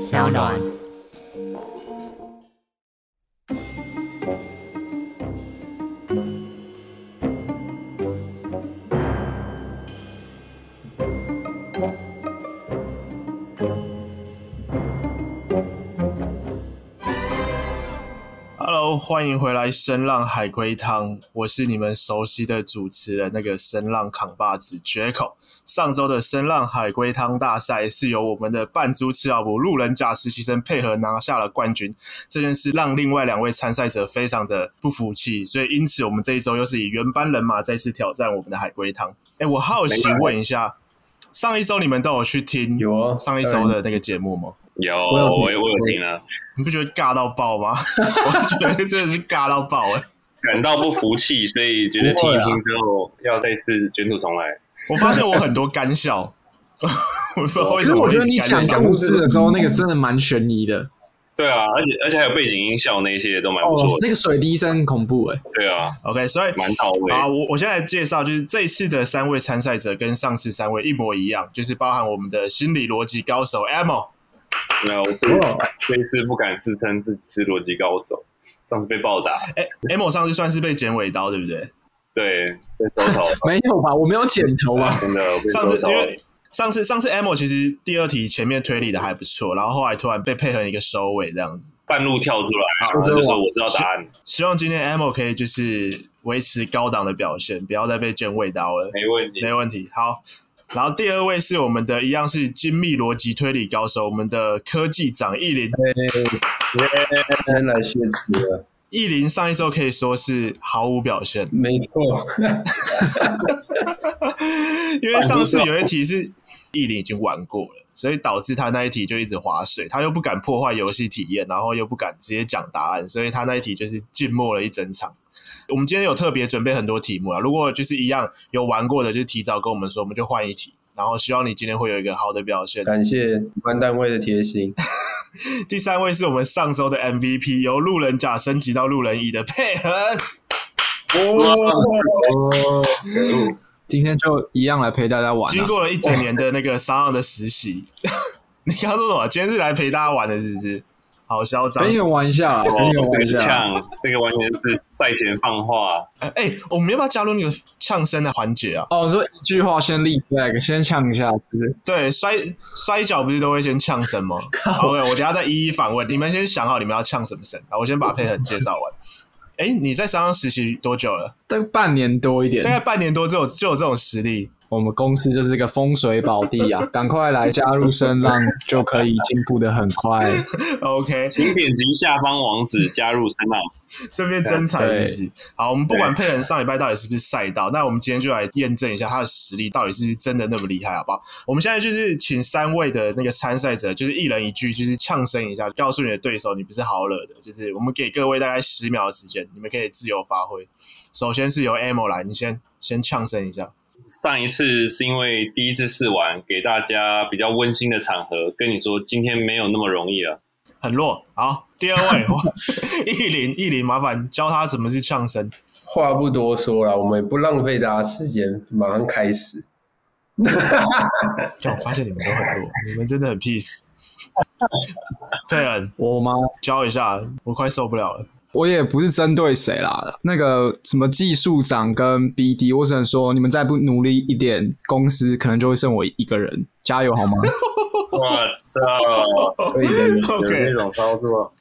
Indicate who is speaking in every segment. Speaker 1: 小暖。
Speaker 2: Hello，欢迎回来《声浪海龟汤》，我是你们熟悉的主持人，那个声浪扛把子 Jaco。上周的声浪海龟汤大赛是由我们的扮猪吃老虎路人甲实习生配合拿下了冠军，这件事让另外两位参赛者非常的不服气，所以因此我们这一周又是以原班人马再次挑战我们的海龟汤。哎，我好奇问一下，上一周你们都有去听
Speaker 3: 有啊，
Speaker 2: 上一周的那个节目吗？
Speaker 4: 有，
Speaker 3: 有
Speaker 4: 我
Speaker 3: 听
Speaker 4: 我有听啊，
Speaker 2: 你不觉得尬到爆 吗？我觉得真的是尬到爆哎、
Speaker 4: 感到不服气，所以觉得听一
Speaker 3: 不会
Speaker 4: 听之后要再次卷土重来。
Speaker 2: 我发现我很多干笑，我不知道为
Speaker 3: 可
Speaker 2: 什
Speaker 3: 是
Speaker 2: 么
Speaker 3: 我
Speaker 2: 一
Speaker 3: 觉得
Speaker 2: 直
Speaker 3: 你
Speaker 2: 干
Speaker 3: 讲
Speaker 2: 笑。
Speaker 3: 故事的时
Speaker 2: 嗯
Speaker 3: 候，那个真的蛮悬疑的。
Speaker 4: 对啊，而且而且还有背景音效那些都蛮不
Speaker 2: 哦
Speaker 4: 错的。
Speaker 3: 那个水滴声很恐怖哎、
Speaker 4: 对啊，
Speaker 2: OK，所以
Speaker 4: 蛮到位。
Speaker 2: 啊，我我现在介绍就是这一次的三位参赛者跟上次三位一模一样，就是包含我们的心理逻辑高手 Amo，
Speaker 4: 没有，我这一次不敢自称自己是逻辑高手，上次被暴打。
Speaker 2: 哎、a m o 上次算是被剪尾刀，对不对？
Speaker 4: 对，被收头，
Speaker 3: 没有吧？我没有剪头啊吧？
Speaker 4: 真的被
Speaker 2: 上次
Speaker 4: 收
Speaker 2: 因
Speaker 4: 头。
Speaker 2: 为上次上次 Amo 其实第二题前面推理的还不错，然后后来突然被配合一个收尾这样子。
Speaker 4: 半路跳出来，
Speaker 3: 说
Speaker 4: 然后
Speaker 3: 真的
Speaker 4: 就说我知道答案，
Speaker 2: 希望今天 Amo 可以就是维持高档的表现，不要再被剪尾刀了。
Speaker 4: 没问题。
Speaker 2: 没问题。好，然后第二位是我们的一样是精密逻辑推理高手，我们的科技长意林。
Speaker 5: 先来血池了，
Speaker 2: 意林上一周可以说是毫无表现，
Speaker 5: 没错，
Speaker 2: 因为上次有一题是意林已经玩过了。所以导致他那一题就一直划水，他又不敢破坏游戏体验，然后又不敢直接讲答案，所以他那一题就是静默了一整场。我们今天有特别准备很多题目啊，如果就是一样有玩过的，就提早跟我们说，我们就换一题。然后希望你今天会有一个好的表现。
Speaker 5: 感谢主办单位的贴心。
Speaker 2: 第三位是我们上周的 MVP，由路人甲升级到路人乙的佩恒。
Speaker 3: 哦，今天就一样来陪大家玩、
Speaker 2: 经
Speaker 3: 啊。
Speaker 2: 过了一整年的那个商岸的实习， 你刚刚说什么？今天是来陪大家玩的，是不是？好嚣张！
Speaker 3: 陪你们玩一下
Speaker 2: 哦
Speaker 3: 啦，陪你们玩一
Speaker 4: 哦这个
Speaker 3: 下。
Speaker 4: 呛，这个完全是赛前放话，
Speaker 2: 哎、我们要不要加入那个呛声的环节啊？
Speaker 3: 哦，你说一句话先立 flag，先呛一下，是不是？
Speaker 2: 对，摔摔跤不是都会先呛声吗？OK，我等一下再一一反问。你们先想好你们要呛什么声，然后我先把佩恒介绍完。哎、你在商岸实习多久了？
Speaker 3: 大概半年多一点
Speaker 2: 大，概半年多就有就有这种实力。
Speaker 3: 我们公司就是一个风水宝地啊，赶快来加入声浪，就可以进步的很快。
Speaker 2: OK，
Speaker 4: 请点击下方网址加入声浪。
Speaker 2: 顺便增产是不是？好，我们不管佩恩上礼拜到底是不是赛道，那我们今天就来验证一下他的实力到底是不是真的那么厉害，好不好？我们现在就是请三位的那个参赛者，就是一人一句，就是呛声一下，告诉你的对手你不是好惹的。就是我们给各位大概十秒的时间，你们可以自由发挥。首先是由 Amo 来，你先先呛声一下。
Speaker 4: 上一次是因为第一次试玩，给大家比较温馨的场合，跟你说今天没有那么容易了。
Speaker 2: 很弱，好，第二位，我意林，意林，麻烦教他什么是呛声。
Speaker 5: 话不多说了，我们也不浪费大家时间，马上开始。
Speaker 2: 就我发现你们都很弱，你们真的很 peace。佩恩，
Speaker 3: 我吗？
Speaker 2: 教一下，我快受不了了。
Speaker 3: 我也不是针对谁啦，那个什么技术长跟 BD，我只能说你们再不努力一点，公司可能就会剩我一个人，加油好 吗？
Speaker 4: 我操！
Speaker 5: 可以的，有
Speaker 2: OK
Speaker 5: 这种操作，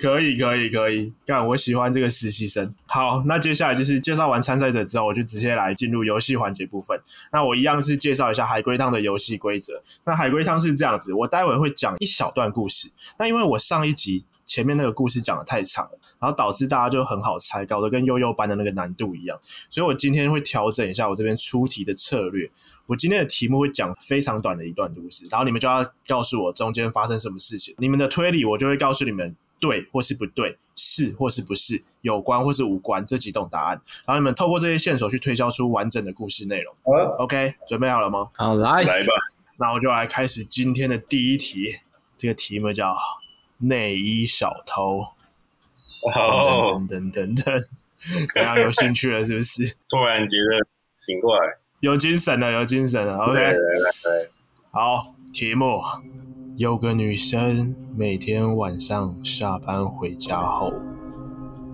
Speaker 2: 可以，可以，可以，干！我喜欢这个实习生。好，那接下来就是介绍完参赛者之后，我就直接来进入游戏环节部分。那我一样是介绍一下海龟汤的游戏规则。那海龟汤是这样子，我待会会讲一小段故事。那因为我上一集前面那个故事讲的太长了，然后导致大家就很好猜，搞得跟悠悠班的那个难度一样。所以我今天会调整一下我这边出题的策略。我今天的题目会讲非常短的一段故事，然后你们就要告诉我中间发生什么事情。你们的推理我就会告诉你们对或是不对，是或是不是，有关或是无关这几种答案。然后你们透过这些线索去推敲出完整的故事内容。
Speaker 5: 好了，
Speaker 2: OK，准备好了吗？
Speaker 3: 好，来，
Speaker 4: 来吧，
Speaker 2: 那我就来开始今天的第一题。这个题目叫内衣小偷。
Speaker 4: 哦，
Speaker 2: 噔噔噔噔噔， 怎样？有兴趣了是不是？
Speaker 4: 突然觉得醒过来。
Speaker 2: 有精神了，有精神了。OK，
Speaker 4: 来来来来，
Speaker 2: 好，题目：有个女生每天晚上下班回家后，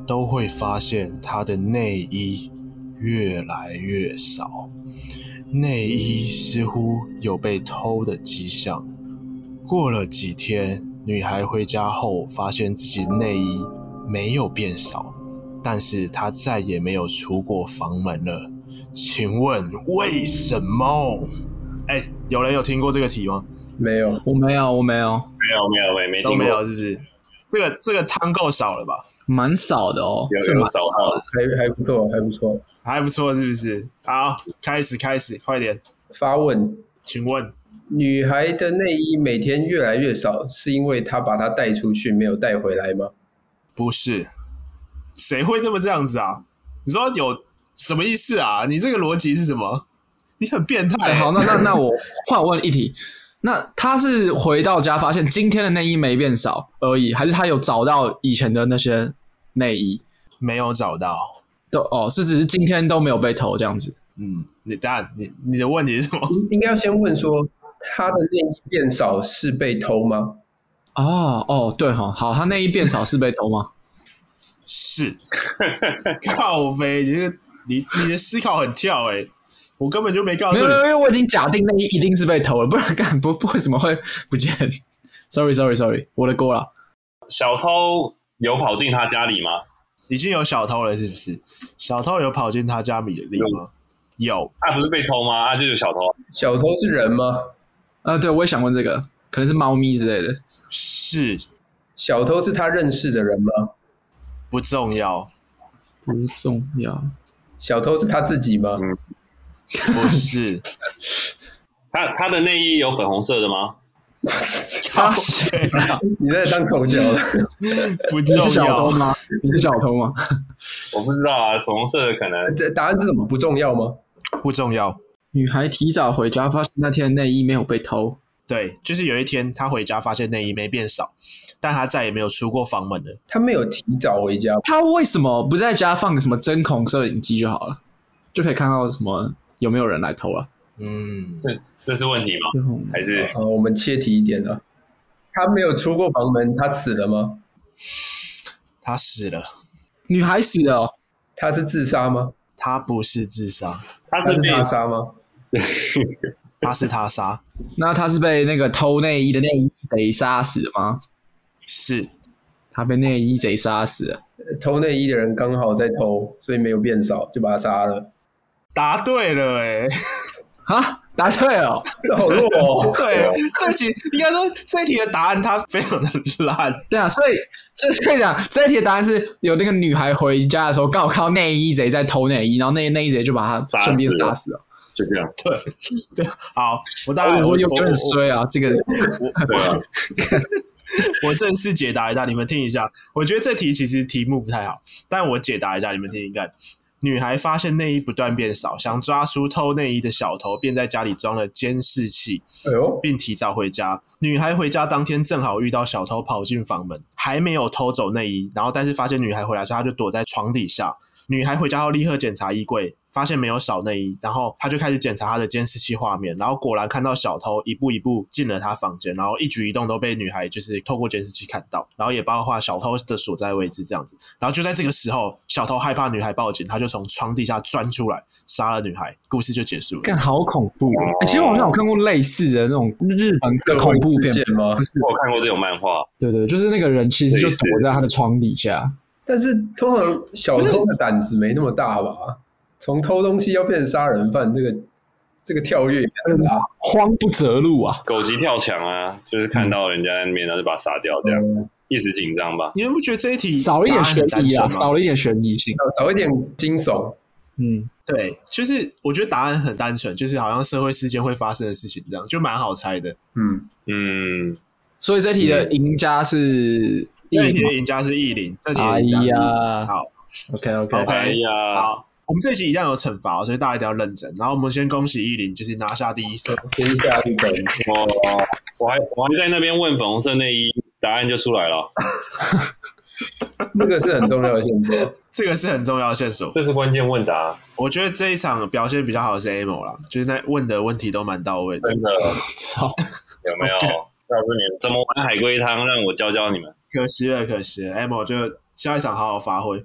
Speaker 2: 都会发现她的内衣越来越少，内衣似乎有被偷的迹象。过了几天，女孩回家后发现自己内衣没有变少，但是她再也没有出过房门了。请问为什么？哎、有人有听过这个题吗？
Speaker 5: 没有，
Speaker 3: 我没有，我没有，
Speaker 4: 没有没有没没
Speaker 2: 都
Speaker 4: 听
Speaker 2: 没
Speaker 4: 过，
Speaker 2: 有，是不是？这个这个汤够少了吧？
Speaker 3: 蛮少的哦，这
Speaker 4: 有有
Speaker 3: 蛮
Speaker 4: 少到
Speaker 3: 的。
Speaker 5: 还还不错，还不错。
Speaker 2: 还不错，是不是？好，开始开始，快点，
Speaker 5: 发问：
Speaker 2: 请问
Speaker 5: 女孩的内衣每天越来越少，是因为她把它带出去没有带回来吗？
Speaker 2: 不是谁会这么这样子啊？你说有什么意思啊？你这个逻辑是什么？你很变态、哦
Speaker 3: 哎，好，那那那我换我问一题，那他是回到家发现今天的内衣没变少而已，还是他有找到以前的那些内衣？
Speaker 2: 没有找到。
Speaker 3: 都哦，是只是今天都没有被偷这样子。
Speaker 2: 嗯，你当然，你你的问题是什 么？
Speaker 5: 应该要先问说，她的内衣变少是被偷吗？
Speaker 3: 哦哦，对哈、好，他内衣变少是被偷吗？
Speaker 2: 是，靠呗，你这个你你的思考很跳哎、我根本就没告
Speaker 3: 没
Speaker 2: 诉
Speaker 3: 有
Speaker 2: 你
Speaker 3: 没有，因为我已经假定内衣一定是被偷了， 不然干不不为什么会不见？Sorry Sorry Sorry，我的锅了。
Speaker 4: 小偷有跑进他家里吗？
Speaker 2: 已经有小偷了，是不是？小偷有跑进他家里里吗？有，
Speaker 4: 他啊不是被偷吗？他就是小偷。
Speaker 5: 小偷是人吗？
Speaker 3: 啊，对，我也想问这个，可能是猫咪之类的。
Speaker 2: 是
Speaker 5: 小偷是他认识的人吗？
Speaker 2: 不重要，
Speaker 3: 不重要，
Speaker 5: 小偷是他自己吗？
Speaker 2: 不是。
Speaker 4: 他他的内衣有粉红色的吗？
Speaker 2: 靠北
Speaker 5: 你在当口角了？
Speaker 2: 不
Speaker 3: 你是
Speaker 2: 重
Speaker 3: 小偷
Speaker 2: 要，
Speaker 3: 吗？你是小偷吗？
Speaker 4: 我不知道啊，粉红色的可能
Speaker 5: 这答案是什么？不重要吗？
Speaker 2: 不重要。
Speaker 3: 女孩提早回家，发现那天的内衣没有被偷。
Speaker 2: 对，就是有一天她回家发现内衣没变少，但她再也没有出过房门了。
Speaker 5: 他没有提早回家，
Speaker 3: 她为什么不在家放个什么针孔摄影机就好了，就可以看到什么有没有人来偷啊了、
Speaker 2: 嗯，
Speaker 4: 这这是问题吗？
Speaker 3: 针孔
Speaker 4: 还是
Speaker 5: 好，呃我们切题一点啊。他没有出过房门，他死了吗？
Speaker 2: 她死了，
Speaker 3: 女孩死了哦、
Speaker 5: 他是自杀吗？
Speaker 2: 她不是自杀，
Speaker 4: 他
Speaker 5: 他
Speaker 4: 是
Speaker 5: 是
Speaker 4: 被
Speaker 5: 他杀吗？
Speaker 2: 她是他杀，
Speaker 3: 那她是被那个偷内衣的内衣贼杀死的吗？
Speaker 2: 是
Speaker 3: 她被内衣贼杀死了。
Speaker 5: 偷内衣的人刚好在偷，所以没有变少，就把他杀了。
Speaker 2: 答对了哎、
Speaker 3: 啊，答对了哦，
Speaker 5: 这好弱 哦！
Speaker 2: 对，这题应该说这题的答案它非常的烂，
Speaker 3: 对啊，所以所以所以讲，这一题的答案是有那个女孩回家的时候，刚好看到内衣贼在偷内衣，然后那内衣贼就把她
Speaker 4: 杀
Speaker 3: 顺便
Speaker 4: 死了
Speaker 3: 杀死了。
Speaker 4: 就这样，
Speaker 2: 好，我大
Speaker 3: 啊
Speaker 2: 概
Speaker 3: 我
Speaker 2: 我
Speaker 3: 有
Speaker 2: 我
Speaker 3: 有点
Speaker 2: 我
Speaker 3: 衰啊，这个
Speaker 4: 对啊，
Speaker 2: 我正式解答一下，你们听一下。我觉得这题其实题目不太好，但我解答一下，你们听听看。女孩发现内衣不断变少，想抓出偷内衣的小偷，便在家里装了监视器，
Speaker 5: 哎呦，
Speaker 2: 并提早回家。女孩回家当天正好遇到小偷跑进房门，还没有偷走内衣，然后但是发现女孩回来，所以她就躲在床底下。女孩回家后立刻检查衣柜，发现没有少内衣，然后她就开始检查她的监视器画面，然后果然看到小偷一步一步进了她房间，然后一举一动都被女孩就是透过监视器看到，然后也包括小偷的所在位置这样子。然后就在这个时候，小偷害怕女孩报警，他就从床底下钻出来杀了女孩，故事就结束了。
Speaker 3: 干好恐怖、哦欸其实我好像有看过类似的那种日本
Speaker 5: 社
Speaker 3: 的恐
Speaker 5: 会
Speaker 3: 怖
Speaker 5: 事
Speaker 3: 片，
Speaker 5: 件吗？
Speaker 4: 我有看过这种漫画，
Speaker 3: 对对，就是那个人其实就躲在他的床底下。
Speaker 5: 但是通常小偷的胆子没那么大吧？从偷东西要变成杀人犯，这个这个跳跃也很
Speaker 2: 啊
Speaker 5: 大。
Speaker 3: 慌不择路啊！
Speaker 4: 狗急跳墙啊，就是看到人家在那边，然后就把他杀掉，这样
Speaker 5: 嗯
Speaker 4: 一时紧张吧。
Speaker 2: 你们不觉得这一题
Speaker 3: 少一点
Speaker 2: 答案
Speaker 3: 悬
Speaker 2: 很单
Speaker 3: 疑啊，
Speaker 2: 纯 吗
Speaker 3: 少了一点悬疑性。
Speaker 5: 少一点惊悚，
Speaker 3: 嗯，
Speaker 2: 对，就是我觉得答案很单纯，就是好像社会事件会发生的事情这样，就蛮好猜的。
Speaker 5: 嗯，
Speaker 4: 嗯，
Speaker 3: 所以这题的赢家是 E
Speaker 2: 这一题的赢家是意林，这题的
Speaker 3: 哎
Speaker 2: 赢家是意林
Speaker 3: 呀
Speaker 2: 好，
Speaker 3: OK
Speaker 2: 好
Speaker 3: OK，
Speaker 4: 哎呀，
Speaker 2: 好，我们这一集一定要有惩罚哦，所以大家一定要认真。然后我们先恭喜意林，就是拿下第一胜。
Speaker 5: 天下日本
Speaker 4: 我我还我还在那边问粉红色内衣，答案就出来了，
Speaker 5: 这个是很重要的线索。
Speaker 2: 这个是很重要的线索。
Speaker 4: 这是关键问 答，
Speaker 2: 我觉得这一场表现比较好的是 AMO 啦，就是在问的问题都蛮到位的。
Speaker 4: 真的
Speaker 3: 操！
Speaker 4: 有没有？告诉你们怎么玩海龟汤，让我教教你们。
Speaker 2: 可惜了，可惜了 m 我就下一场好好发挥。
Speaker 4: 来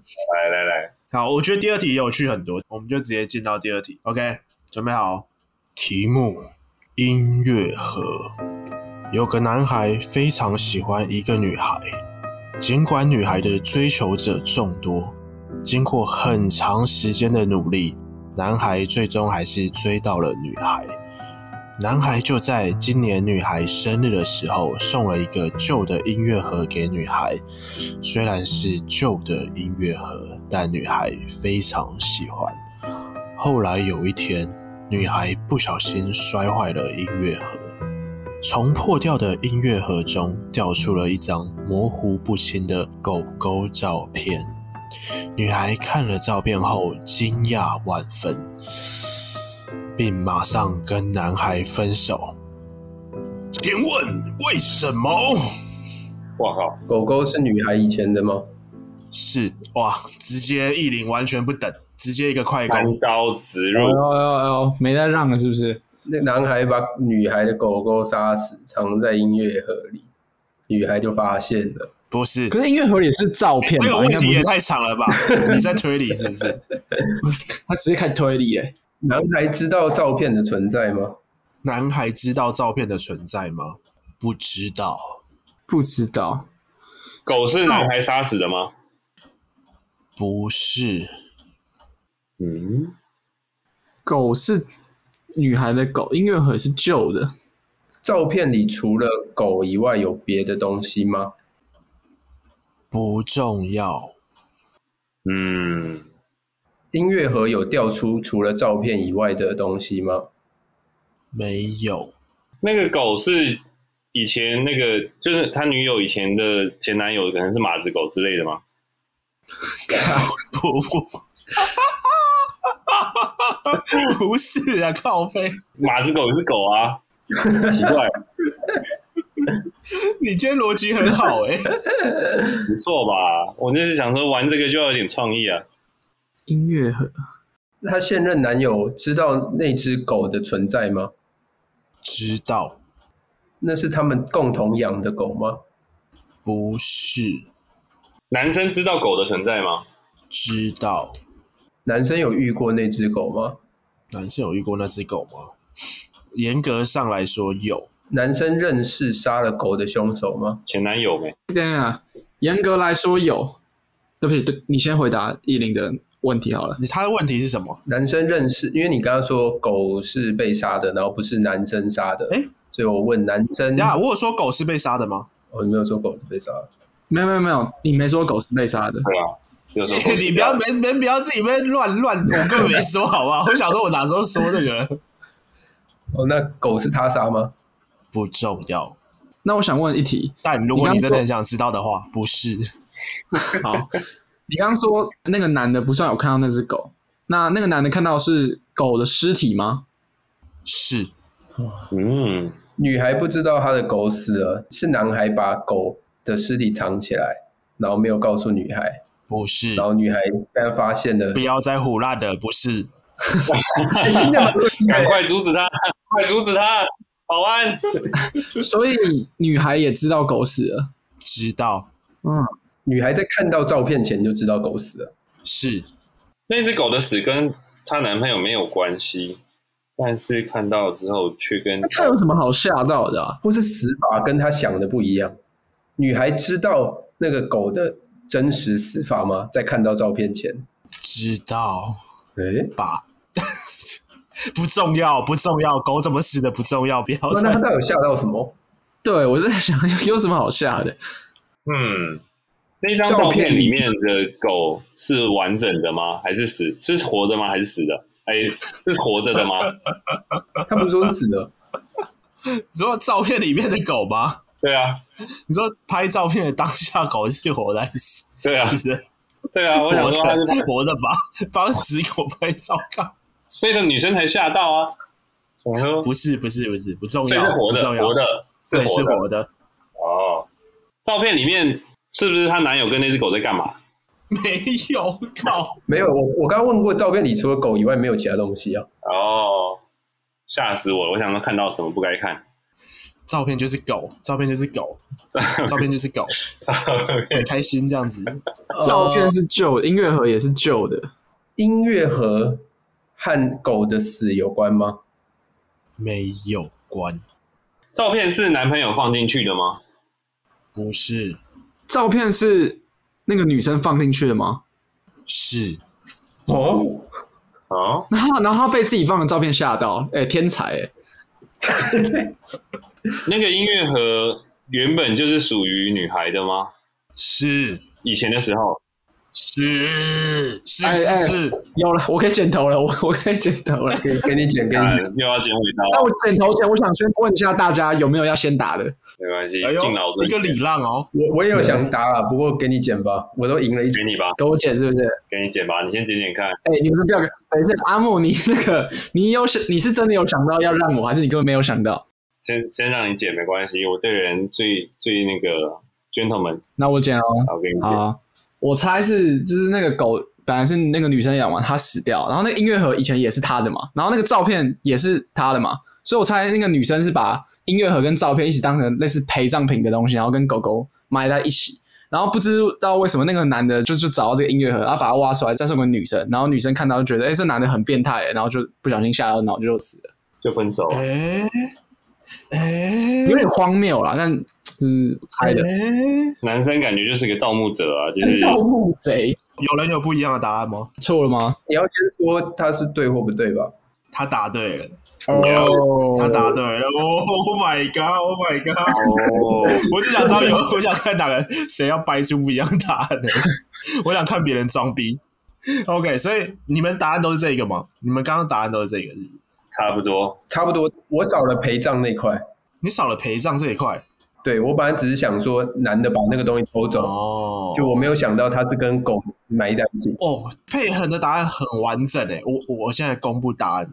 Speaker 4: 来来，
Speaker 2: 好，我觉得第二题也有趣很多，我们就直接进到第二题。OK，准备好哦。题目：音乐盒。有个男孩非常喜欢一个女孩，尽管女孩的追求者众多，经过很长时间的努力，男孩最终还是追到了女孩。男孩就在今年女孩生日的时候送了一个旧的音乐盒给女孩，虽然是旧的音乐盒，但女孩非常喜欢。后来有一天，女孩不小心摔坏了音乐盒，从破掉的音乐盒中掉出了一张模糊不清的狗狗照片。女孩看了照片后惊讶万分，并马上跟男孩分手。请问为什么？
Speaker 4: 我靠，
Speaker 5: 狗狗是女孩以前的吗？
Speaker 2: 是哇，直接一零完全不等，直接一个快攻
Speaker 4: 单。刀直
Speaker 3: 哎呦
Speaker 4: 入，
Speaker 3: 哎呦，没在让了是不是？
Speaker 5: 那男孩把女孩的狗狗杀死，藏在音乐盒里，女孩就发现了。
Speaker 2: 不是，
Speaker 3: 可是音乐盒也是照片
Speaker 2: 这个
Speaker 3: 吧？应该
Speaker 2: 问
Speaker 3: 不
Speaker 2: 题也
Speaker 3: 是，
Speaker 2: 太长了吧？你在推理是不是？
Speaker 3: 他直接开始推理哎。
Speaker 5: 男孩知道照片的存在吗？
Speaker 2: 男孩知道照片的存在吗？不知道，
Speaker 3: 不知道，
Speaker 4: 狗是男孩杀死的吗？
Speaker 2: 不是，
Speaker 4: 嗯，
Speaker 3: 狗是女孩的狗，音乐盒是旧的，
Speaker 5: 照片里除了狗以外有别的东西吗？
Speaker 2: 不重要，
Speaker 4: 嗯，
Speaker 5: 音乐盒有调出除了照片以外的东西吗？
Speaker 2: 没有，
Speaker 4: 那个狗是以前那个，就是他女友以前的前男友，可能是马子狗之类的吗？
Speaker 2: 不不， 不是啊，靠飞，
Speaker 4: 马子狗也是狗啊， 奇怪，
Speaker 2: 你今天逻辑很好哎、
Speaker 4: 不错吧？我就是想说玩这个就要有点创意啊。
Speaker 3: 音乐盒
Speaker 5: 她现任男友知道那只狗的存在吗？
Speaker 2: 知道，
Speaker 5: 那是他们共同养的狗吗？
Speaker 2: 不是，
Speaker 4: 男生知道狗的存在吗？
Speaker 2: 知道。
Speaker 5: 男生有遇过那只狗吗？
Speaker 2: 男生有遇过那只狗吗？严格上来说有，
Speaker 5: 男生认识杀了狗的凶手吗？
Speaker 4: 前男友没？
Speaker 3: 等一下，啊严格来说有。对不起，对你先回答依林的问题好了。
Speaker 2: 你他的问题是什么？
Speaker 5: 男生认识，因为你刚刚说狗是被杀的，然后不是男生杀的，
Speaker 2: 诶
Speaker 5: 所以我问男生
Speaker 2: 等一，下我有说狗是被杀的吗？
Speaker 5: 哦，你没有说狗是被杀的，
Speaker 3: 没有没有没有，你没说狗是被杀的。
Speaker 4: 对啊，有时候
Speaker 2: 你不要人人不要自己被乱乱，我 根本没说好不好？我想说，我哪时候说这个了？
Speaker 5: 哦，那狗是他杀吗？
Speaker 2: 不重要。
Speaker 3: 那我想问一 题，
Speaker 2: 但如果你真的很想知道的话，不是
Speaker 3: 好，你刚刚说那个男的不算有看到那只狗，那那个男的看到是狗的尸体吗？
Speaker 2: 是
Speaker 4: 嗯，
Speaker 5: 女孩不知道她的狗死了，是男孩把狗的尸体藏起来，然后没有告诉女孩，
Speaker 2: 不是
Speaker 5: 然？后女孩现在发现了
Speaker 2: 不，要再胡乱的，不是
Speaker 4: 赶快阻止他，快阻止他，保安。
Speaker 3: 所以女孩也知道狗死了。
Speaker 2: 知道
Speaker 3: 嗯，
Speaker 5: 女孩在看到照片前就知道狗死了，
Speaker 2: 是
Speaker 4: 那只狗的死跟她男朋友没有关系，但是看到之后却跟
Speaker 3: 那他有什么好吓到的、啊？
Speaker 5: 或是死法跟她想的不一样。女孩知道那个狗的真实死法吗？在看到照片前，
Speaker 2: 知道
Speaker 5: 诶、
Speaker 2: 吧？ 不重要，不重要。狗怎么死的不重要，不要
Speaker 5: 哦那
Speaker 2: 再
Speaker 5: 她到底吓到什么？
Speaker 3: 对我在想有什么好吓的？
Speaker 4: 嗯，那张
Speaker 5: 照
Speaker 4: 照
Speaker 5: 片
Speaker 4: 片
Speaker 5: 里
Speaker 4: 里面的狗是完整的吗？还是死？是活的吗？还是死的？哎，是活着的吗？
Speaker 5: 她不是说死了，
Speaker 2: 只有照片里面的狗吗？
Speaker 4: 对啊，
Speaker 2: 你说拍照片的当下，狗是活的还是死？
Speaker 4: 对啊
Speaker 2: 死的，
Speaker 4: 对啊，我想
Speaker 2: 活
Speaker 4: 说他是，
Speaker 2: 的，活的吧？帮死狗拍照干？
Speaker 4: 所以的女生才吓到啊。我说，
Speaker 2: 不是，不是，不是，不重
Speaker 4: 所以
Speaker 2: 要，
Speaker 4: 是活
Speaker 2: 不
Speaker 4: 的，
Speaker 2: 重要
Speaker 4: 活，的是
Speaker 2: 对，
Speaker 4: 活
Speaker 2: 是
Speaker 4: 的
Speaker 2: 活的，
Speaker 4: 哦。照片里面是不是她男友跟那只狗在干嘛？
Speaker 2: 没有靠。
Speaker 5: 没有。我我刚刚问过，照片里除了狗以外没有其他东西啊。
Speaker 4: 哦，吓死我了！我想说看到什么不该看。
Speaker 2: 照片就是狗，照片就是狗， 照片就是狗，
Speaker 4: 照
Speaker 2: 很
Speaker 4: 片
Speaker 2: 开心这样子。
Speaker 3: 照片是旧的，音乐盒也是旧的。
Speaker 5: 音乐盒和狗的死有关吗？
Speaker 2: 没有关，
Speaker 4: 照片是男朋友放进去的吗？
Speaker 2: 不是
Speaker 3: 照片是那个女生放进去的吗？
Speaker 2: 是
Speaker 5: 哦，
Speaker 4: 啊，
Speaker 2: 哦
Speaker 3: 然后，然后她被自己放的照片吓到，哎、天才、哎，
Speaker 4: 那个音乐盒原本就是属于女孩的吗？
Speaker 2: 是
Speaker 4: 以前的时候，
Speaker 2: 是是
Speaker 3: 哎哎
Speaker 2: 是，
Speaker 3: 有了，我可以剪头了，我我可以剪头 了。
Speaker 5: 给给你剪，给
Speaker 2: 哎
Speaker 5: 你
Speaker 4: 当
Speaker 5: 剪。
Speaker 4: 然又要剪尾
Speaker 3: 那
Speaker 4: 刀，
Speaker 3: 我剪头前，我想先问一下大家有没有要先打的？
Speaker 4: 没关系
Speaker 2: 哎，
Speaker 4: 敬老
Speaker 2: 呦，
Speaker 4: 尊
Speaker 2: 一个礼让哦，
Speaker 5: 我我也有想打啊，不过给你剪吧，我都赢了一
Speaker 4: 给
Speaker 5: 场。
Speaker 4: 你吧，
Speaker 3: 给我剪是不是？
Speaker 4: 给你剪吧，你先剪剪看。
Speaker 3: 哎、你们第二个，等一下，阿木，你那个，你有想，你是真的有想到要让我，还是你根本没有想到？
Speaker 4: 先先让你剪没关系，我这个人最最那个 gentleman，
Speaker 3: 那我剪哦。
Speaker 4: 好我给你剪。
Speaker 3: 好，我猜是就是那个狗本来是那个女生养完，她死掉，然后那个音乐盒以前也是她的嘛，然后那个照片也是她的嘛，所以我猜那个女生是把音乐盒跟照片一起当成类似陪葬品的东西，然后跟狗狗埋在一起。然后不知道为什么那个男的就就找到这个音乐盒，然后啊把它挖出来，再送给女生，然后女生看到就觉得，哎、这男的很变态，然后就不小心吓到脑就死了，
Speaker 4: 就分手。
Speaker 2: 哎哎
Speaker 3: 有，点荒谬啦，但就是猜的。
Speaker 2: 哎
Speaker 4: 男生感觉就是个盗墓者啊，就是
Speaker 3: 盗墓贼
Speaker 2: 有人有不一样的答案吗？
Speaker 3: 错了吗？
Speaker 5: 你要先说它是对或不对吧？
Speaker 2: 他答对了，
Speaker 3: 哦
Speaker 2: 他答对了，Oh my god，Oh my god！
Speaker 4: 哦，
Speaker 2: 我只想知道 有，我想看哪个谁要掰出不一样答案呢？我想看别人装逼。OK，所以你们答案都是这个吗？你们刚刚答案都是这个，是不是
Speaker 4: 差不多。
Speaker 5: 差不多，我少了陪葬那块。
Speaker 2: 你少了陪葬这一块
Speaker 5: 对我本来只是想说男的把那个东西偷走，
Speaker 2: 哦。
Speaker 5: 就我没有想到他是跟狗埋在一起。
Speaker 2: 哦，佩恒的答案很完整诶，我我我现在公布答案，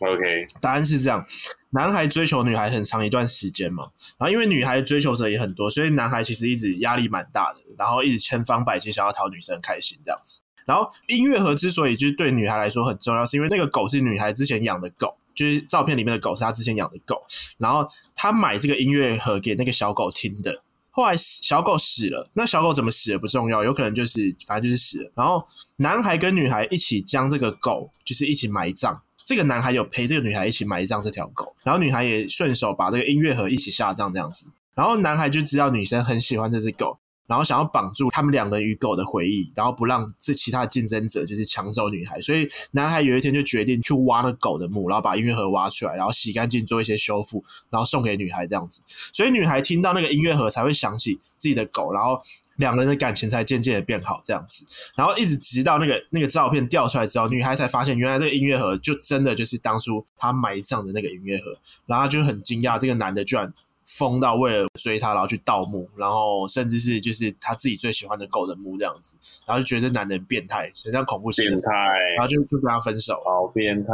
Speaker 4: OK，
Speaker 2: 答案是这样：男孩追求女孩很长一段时间嘛，然后因为女孩追求者也很多，所以男孩其实一直压力蛮大的，然后一直千方百计想要讨女生开心这样子。然后音乐盒之所以就是对女孩来说很重要，是因为那个狗是女孩之前养的狗，就是照片里面的狗是她之前养的狗，然后她买这个音乐盒给那个小狗听的。后来小狗死了，那小狗怎么死的不重要，有可能就是反正就是死了。然后男孩跟女孩一起将这个狗就是一起埋葬，这个男孩有陪这个女孩一起埋葬这条狗，然后女孩也顺手把这个音乐盒一起下葬这样子。然后男孩就知道女生很喜欢这只狗，然后想要绑住他们两人与狗的回忆，然后不让这其他的竞争者就是抢走女孩。所以男孩有一天就决定去挖那狗的墓，然后把音乐盒挖出来，然后洗干净做一些修复，然后送给女孩这样子。所以女孩听到那个音乐盒才会想起自己的狗，然后两人的感情才渐渐的变好这样子。然后一直直到那个那个照片掉出来之后，女孩才发现原来这个音乐盒就真的就是当初她埋葬的那个音乐盒，然后她就很惊讶，这个男的居然疯到为了追她，然后去盗墓，然后甚至是就是他自己最喜欢的狗的墓这样子，然后就觉得这男人变态，很像恐怖情
Speaker 4: 变
Speaker 2: 人，
Speaker 4: 态，
Speaker 2: 然后就就跟他分手了。
Speaker 4: 好变态。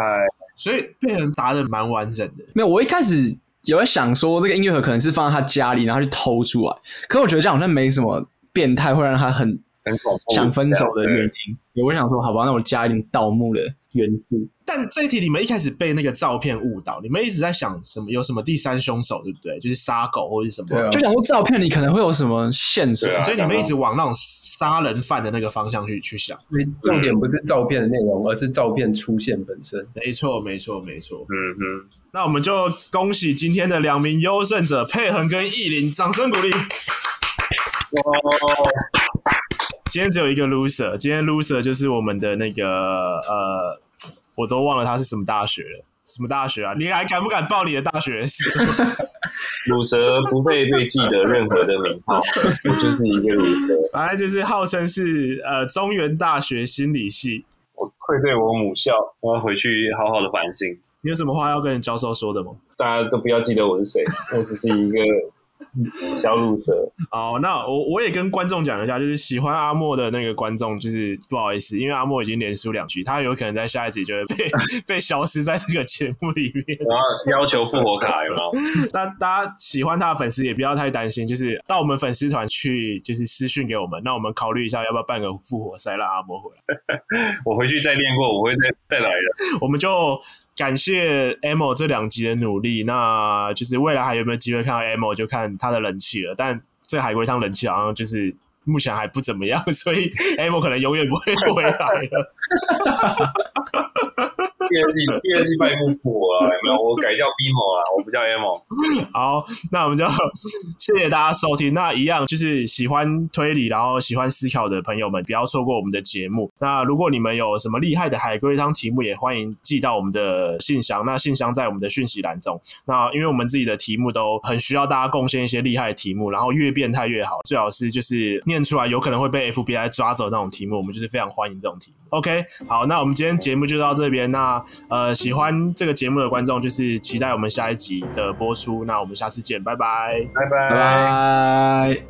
Speaker 2: 所以被人答的蛮完整的，
Speaker 3: 没有，我一开始有在想说，这个音乐盒可能是放在他家里，然后去偷出来。可是我觉得这样好像没什么变态会让他很
Speaker 4: 很恐怖
Speaker 3: 想分手的原因。对我想说，好吧，那我加一点盗墓的元素。
Speaker 2: 但这一题你们一开始被那个照片误导，你们一直在想什么有什么第三凶手，对不对？就是杀狗或者是什么，
Speaker 5: 对啊
Speaker 3: 就想说照片里可能会有什么线索
Speaker 4: 对，啊
Speaker 2: 所以你们一直往那种杀人犯的那个方向去去想。
Speaker 5: 所以重点不是照片的内容，而是照片出现本身。
Speaker 2: 没错，没错，没错。
Speaker 4: 嗯哼，
Speaker 2: 那我们就恭喜今天的两名优胜者佩恒跟意林，掌声鼓励。
Speaker 4: 哦，
Speaker 2: 今天只有一个 loser，今天 loser 就是我们的那个呃，我都忘了他是什么大学了，什么大学啊？你还敢不敢报你的大学？
Speaker 4: 乳蛇不配被记得任何的名 号，我就是一个乳蛇。
Speaker 2: 反正就是号称是呃中原大学心理系。
Speaker 4: 我愧对我母校，我要回去好好的反省。
Speaker 2: 你有什么话要跟你教授说的吗？
Speaker 4: 大家都不要记得我是谁，我只是一个小乳蛇。
Speaker 2: 好，哦那我我也跟观众讲一下，就是喜欢阿莫的那个观众，就是不好意思，因为阿莫已经连输两局，他有可能在下一集就会被被消失在这个节目里面。
Speaker 4: 然后要求复活卡有没有？
Speaker 2: 那大家喜欢他的粉丝也不要太担心，就是到我们粉丝团去，就是私讯给我们，那我们考虑一下要不要办个复活赛，让阿莫回来。
Speaker 4: 我回去再练过，我会再再来的。
Speaker 2: 我们就感谢 Emo 这两集的努力，那就是未来还有没有机会看到 Emo 就看他的人气了。但这个海龟汤人气好像就是目前还不怎么样，所以 Emo 可能永远不会回来了。
Speaker 4: 第二季第二季拜托是我啊，有没有？我改叫 BMO 啊，我不叫 MO。
Speaker 2: 好，那我们就 谢谢大家收听。那一样就是喜欢推理，然后喜欢思考的朋友们，不要错过我们的节目。那如果你们有什么厉害的海龟汤题目，也欢迎寄到我们的信箱。那信箱在我们的讯息栏中。那因为我们自己的题目都很需要大家贡献一些厉害的题目，然后越变态越好，最好是就是念出来有可能会被 FBI 抓走那种题目，我们就是非常欢迎这种题目。OK，好，那我们今天节目就到这边。那呃，喜欢这个节目的观众就是期待我们下一集的播出。那我们下次见，拜拜。
Speaker 4: 拜
Speaker 1: 拜
Speaker 4: 拜
Speaker 1: 拜。